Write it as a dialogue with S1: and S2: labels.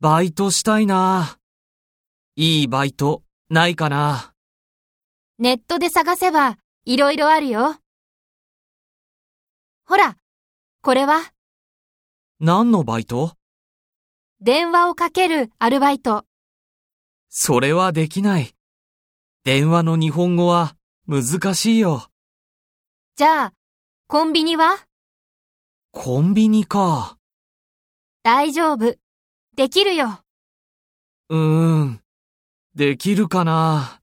S1: バイトしたいな。いいバイト、ないかな。
S2: ネットで探せば、いろいろあるよ。ほら、これは、
S1: 何のバイト
S2: 電話をかけるアルバイト。
S1: それはできない。電話の日本語は難しいよ。
S2: じゃあ、コンビニは
S1: コンビニか。
S2: 大丈夫。できるよ。
S1: うーん。できるかな。